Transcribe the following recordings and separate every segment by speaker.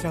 Speaker 1: 就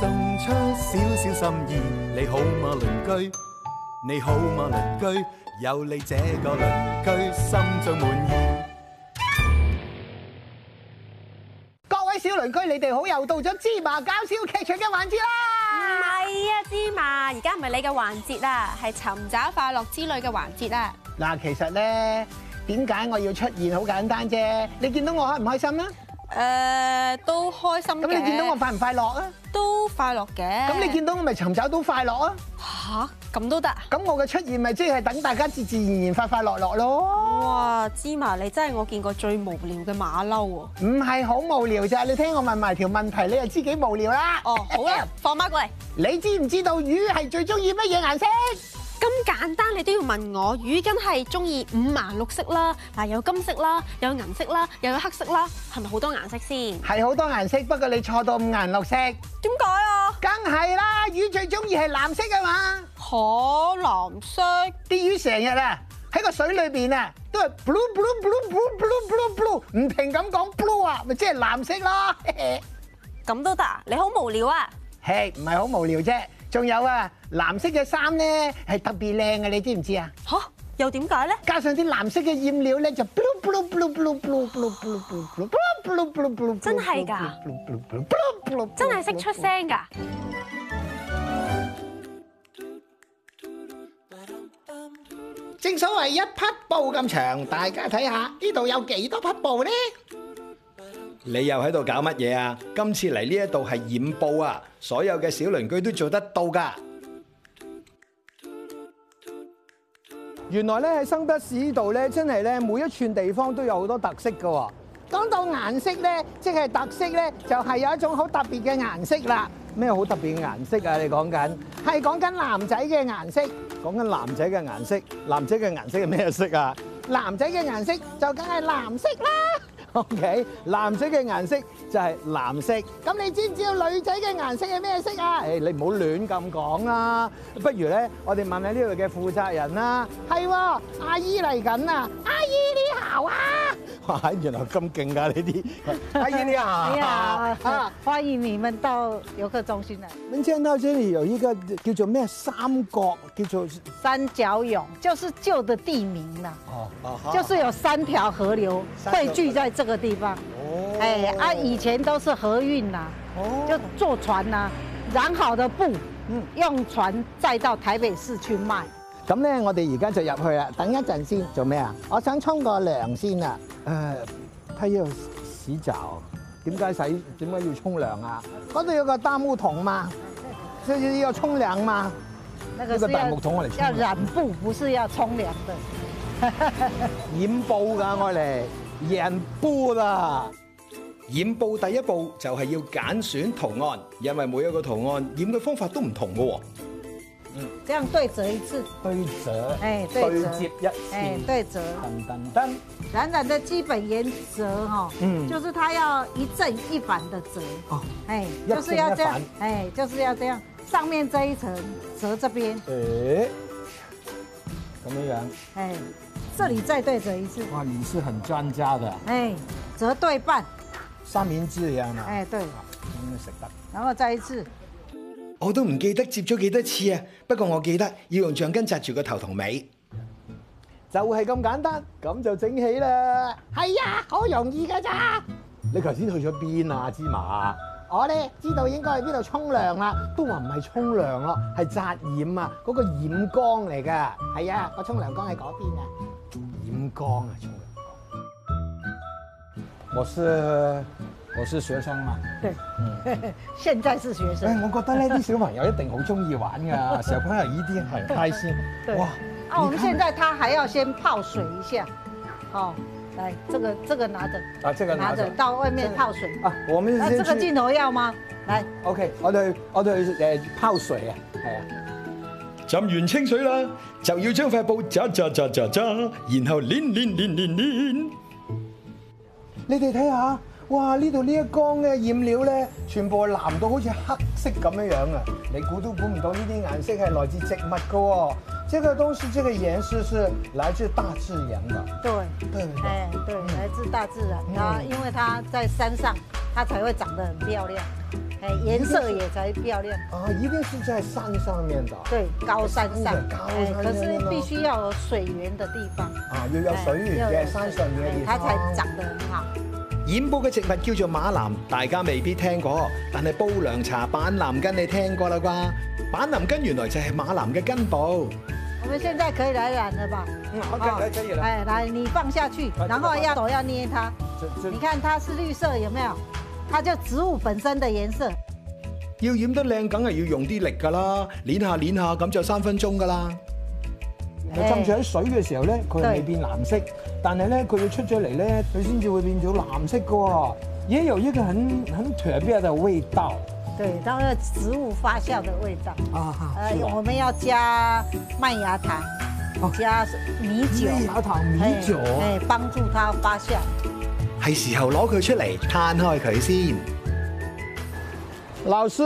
Speaker 1: 送出少少心意，你好嗎鄰居？你好嗎鄰居？有你這個鄰居，心中滿意。
Speaker 2: 各位小鄰居，你哋好，又到咗芝麻搞笑劇場嘅環節啦！
Speaker 3: 唔係啊，芝麻，而家唔係你嘅環節啊，係尋找快樂之旅嘅環節啊。
Speaker 2: 嗱，其實咧，點解我要出現？好簡單啫，你見到我開唔開心啊？
Speaker 3: 誒，都開心嘅。
Speaker 2: 咁你見到我快唔快樂啊？
Speaker 3: 都快樂嘅。
Speaker 2: 咁你見到我咪尋找到快樂啊？
Speaker 3: 吓，咁都得？啊
Speaker 2: 咁我嘅出現咪即係等大家自自然然快快樂樂咯。
Speaker 3: 哇，芝麻你真係我見過最無聊嘅馬騮喎。
Speaker 2: 唔係好無聊咋，你聽我問埋條問題，你就知幾無聊啦。
Speaker 3: 哦，好 啦，放馬過嚟。
Speaker 2: 你知唔知道魚係最中意乜嘢顏色？
Speaker 3: 咁簡單你都要問我，魚梗係中意五顏六色啦，嗱有金色啦，有銀色啦，又有黑色啦，係咪好多顏色先？
Speaker 2: 係好多顏色，不過你錯到五顏六色。
Speaker 3: 點解啊？
Speaker 2: 梗係啦，魚最中意係藍色啊嘛。
Speaker 3: 可藍色，
Speaker 2: 啲魚成日啊喺個水裏邊啊，都係 blue blue blue blue blue blue blue，唔停咁講 blue 啊，咪即係藍色咯。
Speaker 3: 咁都得啊？你好無聊啊！
Speaker 2: 嘿，唔係好無聊啫。仲有啊，藍色嘅衫咧係特別靚嘅，你知唔知啊？
Speaker 3: 吓？又點解咧？
Speaker 2: 加上啲藍色嘅染料咧，就 blue blue blue blue blue blue blue blue blue blue blue blue blue，
Speaker 3: 真係㗎
Speaker 2: ？blue blue blue blue，
Speaker 3: 真係識出。聲㗎！
Speaker 2: 正所謂一匹布咁長，大家睇下呢度有幾多匹布咧？
Speaker 4: 你又喺度搞乜嘢啊？今次嚟呢一度係染布啊，所有嘅小鄰居都做得到噶。
Speaker 5: 原來咧喺生北市呢度咧，真係咧每一寸地方都有好多特色㗎喎。
Speaker 2: 講到顏色咧，即係特色咧，就係有一種好特別嘅顏色啦，
Speaker 5: 咩好特別嘅顏色啊？你講緊
Speaker 2: 係講緊男仔嘅顏色。
Speaker 5: 講緊男仔嘅顏色，男仔嘅顏色係咩色啊
Speaker 2: 男仔嘅顏色就梗係藍色 啦。
Speaker 5: ？OK，男仔嘅顏色就係藍色。
Speaker 2: 咁你知唔知道女仔嘅顏色係咩色啊？
Speaker 5: 誒，你唔好亂咁講啦。不如咧，我哋問下呢度嘅負責人啦。
Speaker 2: 係喎，阿姨嚟緊啊！阿姨你好啊！
Speaker 5: 哇，原來咁勁㗎 呢啲。阿姨你
Speaker 6: 哎
Speaker 5: 好。
Speaker 6: 呀，啊欢迎你们到游客中心来。
Speaker 5: 您見到這裡有一個叫做咩三角，叫做
Speaker 6: 三角涌就是旧的地名了，
Speaker 5: 哦，
Speaker 6: 就是有三条河流
Speaker 5: 三条河流
Speaker 6: 汇聚在这个地方。
Speaker 5: 哦
Speaker 6: 哎，啊，以前都是河运呐、
Speaker 5: 哦
Speaker 6: 就坐船呐、染好的布，
Speaker 5: 嗯
Speaker 6: 用船载到台北市去卖。
Speaker 2: 咁咧，我哋而家就入去啦。等一陣先，做咩啊？我想沖個涼先啊！
Speaker 4: 呃
Speaker 5: 誒，批個屎罩，點解洗？點解要沖涼啊？
Speaker 2: 嗰度有個擔烏桶嘛，所以要沖涼嘛。
Speaker 6: 那
Speaker 5: 呢個大木桶我嚟沖涼
Speaker 6: 要染布，不是要冲凉的。
Speaker 5: 染布㗎，我嚟染布啦。
Speaker 4: 染布第一步就係要揀選圖案，因為每一個圖案染嘅方法都唔同嘅喎。
Speaker 6: 这样对折一次，
Speaker 5: 對折，
Speaker 6: 哎，
Speaker 5: 對
Speaker 6: 对折，
Speaker 5: 接一次，
Speaker 6: 哎，對折。
Speaker 5: 噔噔噔，
Speaker 6: 冉冉的基本原则哈、
Speaker 5: 嗯
Speaker 6: 就是它要一正一反的折，
Speaker 5: 哦
Speaker 6: 哎，
Speaker 5: 一
Speaker 6: 就是要这
Speaker 5: 正
Speaker 6: 样
Speaker 5: 一，
Speaker 6: 哎，就是要这样，上面这一层折这边，
Speaker 5: 誒，咁樣樣，
Speaker 6: 哎，这里再对折一次，
Speaker 5: 哇，你是很專家的，
Speaker 6: 哎，折对半，
Speaker 5: 三明治一樣啊，
Speaker 6: 哎，对，
Speaker 5: 咁食得。
Speaker 6: 然后再一次，
Speaker 4: 我都唔記得接咗幾多次啊，不過我記得要用橡筋紮住個頭同尾。
Speaker 5: 就係咁簡單，咁就整起啦。
Speaker 2: 係啊，好容易㗎咋。
Speaker 5: 你頭先去咗邊啊，芝麻？
Speaker 2: 我咧知道應該喺邊度沖涼啦，
Speaker 5: 都話唔係沖涼咯，係紮染啊，嗰、個染缸嚟㗎。
Speaker 2: 係啊，個沖涼缸喺嗰邊啊。
Speaker 5: 染缸啊，沖涼缸。我是我是學生嘛，
Speaker 6: 对，现在是 学
Speaker 5: 誒、
Speaker 6: 生，
Speaker 5: 哎我覺得呢啲小朋友一定好中意玩 㗎，小朋友一定很開心。
Speaker 6: 對
Speaker 5: 哇！
Speaker 6: 啊，我们现在它还要先泡水一下，哦，来，这个这个拿着，
Speaker 5: 啊，这个拿
Speaker 6: 拿
Speaker 5: 着
Speaker 6: 着到外面泡水。
Speaker 5: 啊，我们
Speaker 6: 那这个
Speaker 5: 先去
Speaker 6: 镜头要吗？来，
Speaker 5: OK，我哋我哋誒泡水啊，係啊。
Speaker 4: 浸完清水啦，就要將塊布扎扎扎扎扎，然後捻捻捻捻捻。
Speaker 5: 你哋睇下，哇！呢度呢一缸嘅染料咧，全部係藍到好似黑色咁樣樣啊！你估都估唔到呢啲顏色係來自植物嘅喎。這個東西，這個顏色是來自大自然的。
Speaker 6: 对，
Speaker 5: 對唔對
Speaker 6: 哎，对，来自大自
Speaker 5: 嗯
Speaker 6: 然。它因为它在山上，它才会长得很漂亮，哎，
Speaker 5: 嗯
Speaker 6: 颜色也才漂亮。
Speaker 5: 啊，一定是在山上面的。
Speaker 6: 对，高山上
Speaker 5: 真的，高山
Speaker 6: 哎，
Speaker 5: 上
Speaker 6: 可是
Speaker 5: 面哦
Speaker 6: 必须要有水源的地方，
Speaker 5: 啊，要有水源
Speaker 6: 哎
Speaker 5: 嘅山上面嘅地
Speaker 6: 哎
Speaker 5: 方。
Speaker 6: 它才長得很好。
Speaker 4: 染布嘅植物叫做馬蘭，大家未必聽過，但係煲涼茶板藍根你聽過啦啩？板藍根原來就係馬蘭嘅根部。
Speaker 6: 我们现在可以来染了吧？
Speaker 5: 嗯好可以
Speaker 6: 啊
Speaker 5: 可以可以了
Speaker 6: 哎，来，你放下去
Speaker 5: 哎，
Speaker 6: 然后要手要捏它。
Speaker 5: 這這
Speaker 6: 你看它是绿色，有没有？它就植物本身的颜色。
Speaker 4: 要染得靚，梗係要用啲力㗎啦，捻下捻下咁就三分鐘㗎啦。
Speaker 6: 哎
Speaker 5: 佢浸住喺水嘅時候咧，佢係未
Speaker 6: 對
Speaker 5: 變藍色，但係咧佢會出咗嚟咧，佢先至會變咗藍色嘅喎。也有一個很很特別的味道
Speaker 6: 对，它那植物发酵的味道。
Speaker 5: 啊，
Speaker 6: 呃
Speaker 5: 是，吧
Speaker 6: 我们要加麦芽糖
Speaker 5: 哦，
Speaker 6: 加米酒，
Speaker 5: 麥芽糖米
Speaker 6: 哎
Speaker 5: 酒
Speaker 4: 啊
Speaker 6: 哎，帮助它发酵。
Speaker 4: 係時候攞佢出嚟，攤開佢先。
Speaker 5: 老師，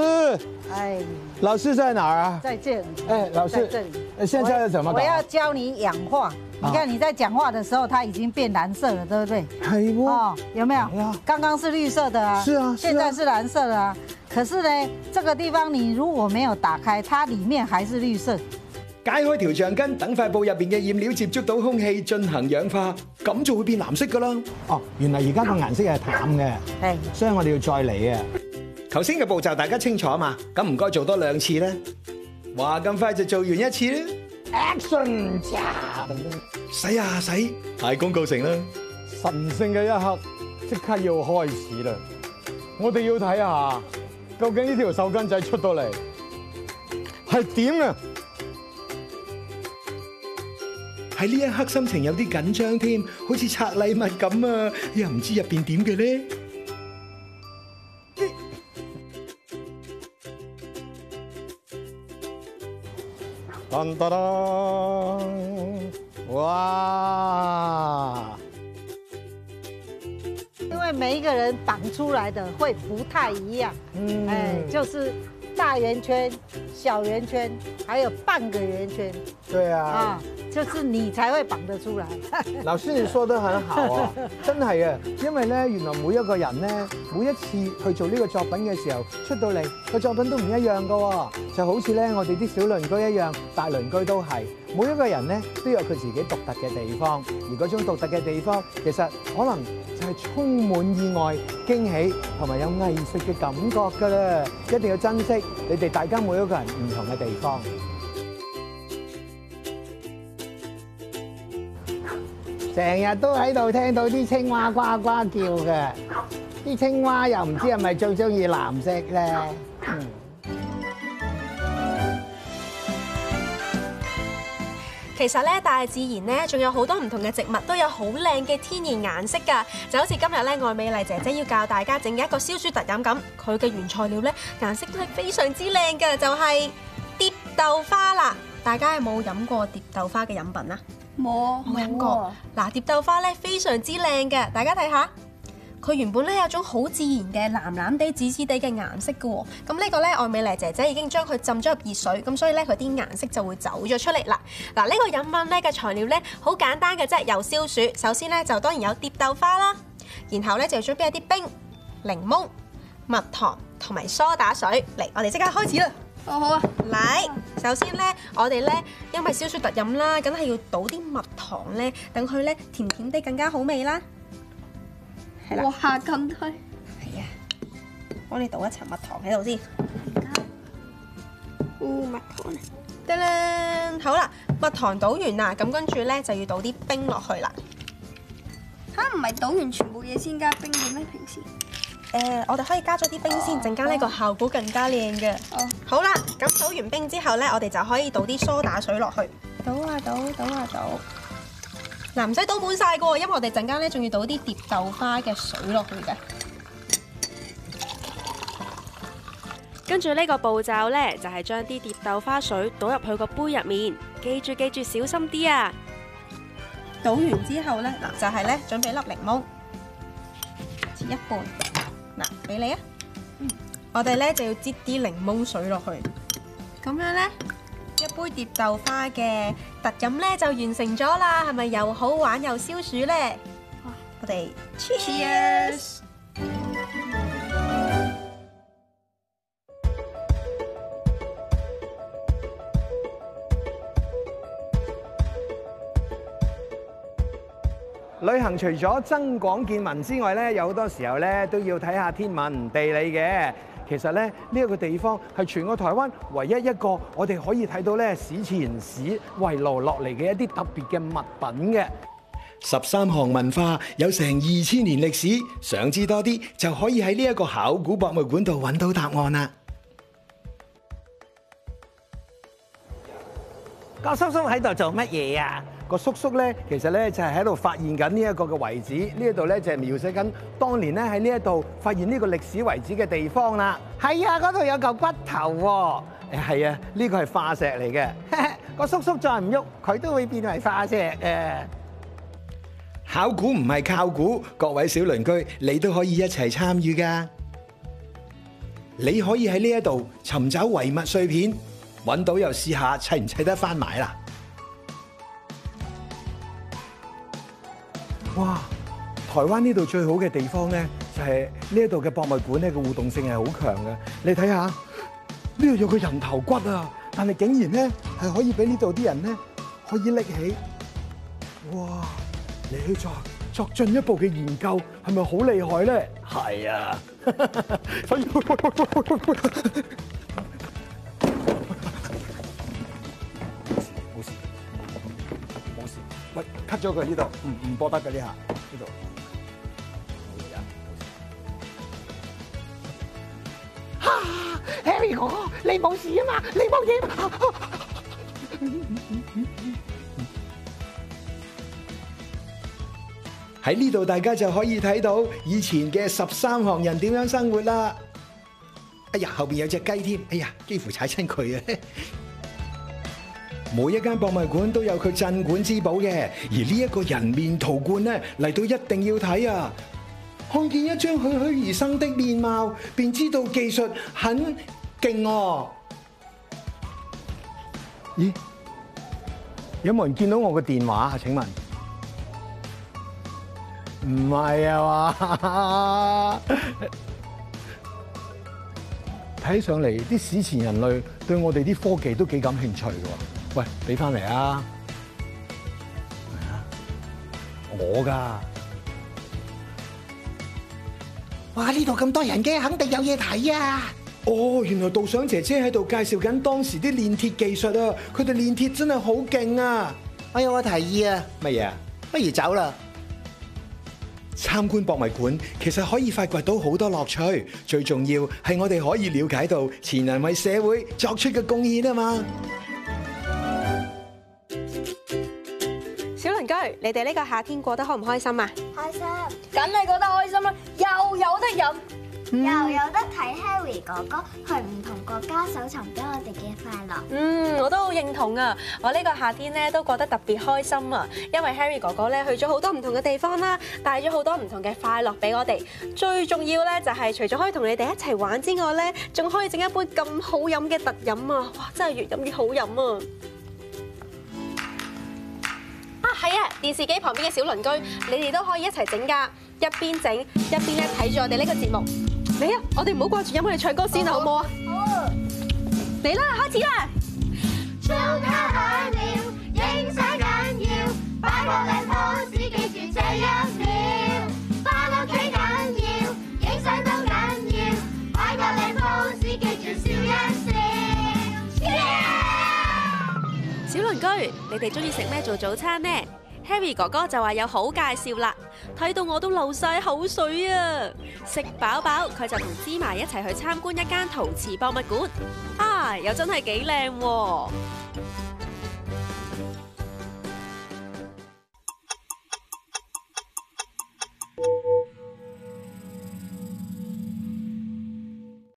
Speaker 6: 哎，
Speaker 5: 老師在哪兒啊？
Speaker 6: 在这里，
Speaker 5: 哎，老
Speaker 6: 在
Speaker 5: 師
Speaker 6: 这里，。
Speaker 5: 呃現在要怎麼
Speaker 6: 我
Speaker 5: 搞？
Speaker 6: 我要教你氧化。你
Speaker 4: 啊
Speaker 6: 看你在讲话的时候，它已经变蓝色了，对不对？
Speaker 5: 係喎，
Speaker 6: 哦，有没
Speaker 5: 哎呀
Speaker 6: 有？刚刚是绿色的啊，
Speaker 5: 是啊是啊
Speaker 6: 现在是蓝色的啊。可是呢，这个地方你如果没有打开，它里面还是绿色。
Speaker 4: 解開條橡筋，等塊布入邊嘅染料接觸到空氣，進行氧化，咁就會變藍色㗎啦。
Speaker 5: 哦，原來而家個顏色係淡嘅，
Speaker 6: 哎，
Speaker 5: 所以我哋要再嚟啊。
Speaker 4: 頭先嘅步驟大家清楚啊嘛，咁唔該做多兩次啦。話咁快就做完一次啦，
Speaker 5: Action！
Speaker 4: 洗啊洗，大功告成啦！
Speaker 5: 神聖嘅一刻即刻要開始啦！我哋要睇下究竟呢條手巾仔出到嚟係點啊！
Speaker 4: 喺呢一刻心情有啲緊張添，好似拆禮物咁啊，又唔知入邊點嘅咧。
Speaker 5: 噔噔噔！哇！
Speaker 6: 因为每一个人绑出来的会不太一样。
Speaker 5: 嗯
Speaker 6: 哎，就是大圆圈、小圆圈，还有半个圆圈
Speaker 5: 對啊，
Speaker 6: 啊，就是你才会绑得出来。
Speaker 5: 老師你說得很好啊，真係啊，因為咧原來每一個人咧，每一次去做呢個作品嘅時候，出到嚟個作品都唔一樣噶喎，就好似咧我哋啲小鄰居一樣，大鄰居都係，每一個人咧都有佢自己獨特嘅地方，而嗰種獨特嘅地方其實可能就係充滿意外、驚喜同埋有藝術嘅感覺㗎啦，一定要珍惜你哋大家每一個人唔同嘅地方。成日都喺度聽到啲青蛙呱呱叫嘅，啲青蛙又唔知係咪最中意藍色咧？嗯
Speaker 7: 其實咧，大自然咧仲有好多唔同嘅植物都有好靚嘅天然顏色㗎，就好似今日咧愛美麗姐姐要教大家整嘅一個燒豬特飲咁，佢嘅原材料咧顏色都係非常之靚嘅，就係、蝶豆花啦。大家有冇飲過蝶豆花嘅飲品啊？
Speaker 3: 冇
Speaker 7: 冇飲過。嗱，蝶豆花咧非常之靚嘅，大家睇下。佢原本咧有種好自然嘅藍藍地、紫紫地嘅顏色嘅喎，咁呢個咧愛美麗姐姐已經將佢浸咗入熱水，咁所以咧佢啲顏色就會走咗出嚟啦。嗱，呢個飲品咧嘅材料咧好簡單嘅啫，由消暑，首先咧就當然有蝶豆花啦，然後咧就要準備一啲冰、檸檬、蜜糖同埋梳打水嚟，我哋即刻開始啦！
Speaker 3: 哦好啊，
Speaker 7: 嚟，首先咧，我哋咧，因為小雪特飲啦，梗係要倒啲蜜糖咧，等佢咧甜甜地更加好味啦。係啦，
Speaker 3: 下咁推。
Speaker 7: 係啊，我哋倒一層蜜糖喺度先。
Speaker 3: 烏蜜糖啊
Speaker 7: 得啦，好啦，蜜糖倒完啦，咁跟住咧就要倒啲冰落去啦。
Speaker 3: 嚇唔係倒完全部嘢先加冰嘅咩？平時
Speaker 7: 誒、呃我哋可以加咗啲冰先，陣間呢個效果更加靚嘅。
Speaker 3: 哦
Speaker 7: 好啦，咁倒完冰之後呢，我哋就可以倒啲梳打水落去。
Speaker 3: 倒啊倒，倒啊倒，
Speaker 7: 嗱，唔使倒滿晒嘅喎，因為我哋陣間咧仲要倒啲蝶豆花嘅水落去嘅。
Speaker 3: 跟住呢個步驟呢，就係將啲蝶豆花水倒入去個杯入面，記住記住小心啲啊！
Speaker 7: 倒完之後咧，嗱就係咧準備粒檸檬，切一半，嗱俾你啊。我哋咧就要擠啲檸檬水落去，咁樣咧一杯蝶豆花嘅特飲咧就完成咗啦，係咪又好玩又消暑呢？我哋 cheers！
Speaker 1: 旅行除咗增廣見聞之外咧，有好多時候咧都要睇下天文地理嘅。其實咧，呢一個地方係全個台灣唯一一個我哋可以睇到咧史前史遺留落嚟嘅一啲特別嘅物品嘅。十三行文化有成二千年歷史，想知多啲就可以喺呢一個考古博物館度揾到答案啦。
Speaker 5: 個叔叔喺度做乜嘢啊？
Speaker 1: 個叔叔咧，其實咧就係喺度發現緊呢一個嘅遺址，呢一度咧就係描寫緊當年咧喺呢一度發現呢個歷史遺址嘅地方啦。
Speaker 5: 係啊，嗰度有嚿骨頭喎、
Speaker 1: 誒係啊，呢個係化石嚟嘅。
Speaker 5: 個叔叔再唔喐，佢都會變為化石嘅。
Speaker 1: 考古唔係靠估，各位小鄰居，你都可以一齊參與噶。你可以喺呢一度尋找遺物碎片，揾到又試下砌唔砌得翻埋啦。哇！台灣呢度最好嘅地方咧，就係呢一度嘅博物館咧，個互動性係好強嘅。你睇下，呢度有個人頭骨啊，但係竟然咧係可以俾呢度啲人咧可以拎起，哇！你去作作進一步嘅研究，係咪好厲害咧？ 係啊，所以冇事冇事，喂，cut 咗佢呢度，唔唔播得嘅呢下呢度。冇事啊
Speaker 5: 嚇，Harry 哥哥，你冇事啊嘛？你冇嘢嘛？
Speaker 1: 喺呢度大家就可以睇到以前嘅十三行人點樣生活啦。哎呀，後邊有隻雞添，哎呀，幾乎踩親佢啊！ 每一間博物館都有佢鎮館之寶嘅，而呢一個人面陶罐呢，嚟到一定要睇啊！看見一張栩栩而生的面貌，便知道技術很勁哦、咦？有冇人見到我個電話啊？請問？唔係啊嘛！睇上嚟啲史前人類對我哋啲科技都幾感興趣嘅喎。喂，俾翻嚟啊！我㗎。
Speaker 5: 哇！呢度咁多人嘅，肯定有嘢睇啊！
Speaker 1: 哦，原來導賞姐姐喺度介紹緊當時啲煉鐵技術啊！佢哋煉鐵真係好勁啊！
Speaker 5: 我有個提議啊，
Speaker 1: 乜嘢啊？
Speaker 5: 不如走啦。
Speaker 1: 參觀博物館其實可以發掘到好多樂趣，最重要係我哋可以了解到前人為社會作出嘅貢獻啊嘛！
Speaker 7: 小鄰居，你哋呢個夏天過得開唔開心啊？
Speaker 8: 開心，梗係覺得開心啦，又有得飲，又有得睇 Harry 哥哥去唔同國家搜尋俾我哋嘅快樂。
Speaker 7: 嗯，我都好認同啊！我呢個夏天咧都覺得特別開心啊，因為 Harry 哥哥咧去咗好多唔同嘅地方啦，帶咗好多唔同嘅快樂俾我哋。最重要咧就係除咗可以同你哋一齊玩之外咧，仲可以整一杯咁好飲嘅特飲啊！哇，真係越飲越好飲啊！啊，係啊！電視機旁邊嘅小鄰居，你哋都可以一齊整㗎，一邊整一邊咧睇住我哋呢個節目。嚟啊！我哋唔好掛住飲，我哋唱歌先啊，好唔好啊？
Speaker 8: 好，
Speaker 7: 嚟啦，開始啦！
Speaker 8: 將它享了，影相緊要，擺個靚 pose 記住這一秒，翻屋企緊要，影相都緊要，擺個靚 pose 記住笑一笑。Yeah！
Speaker 3: 小鄰居，你哋中意食咩做早餐呢？Harry 哥哥就話有好介紹啦，睇到我都流晒口水啊！食飽飽，佢就同芝麻一齊去參觀一間陶瓷博物館，啊，又真係幾靚喎！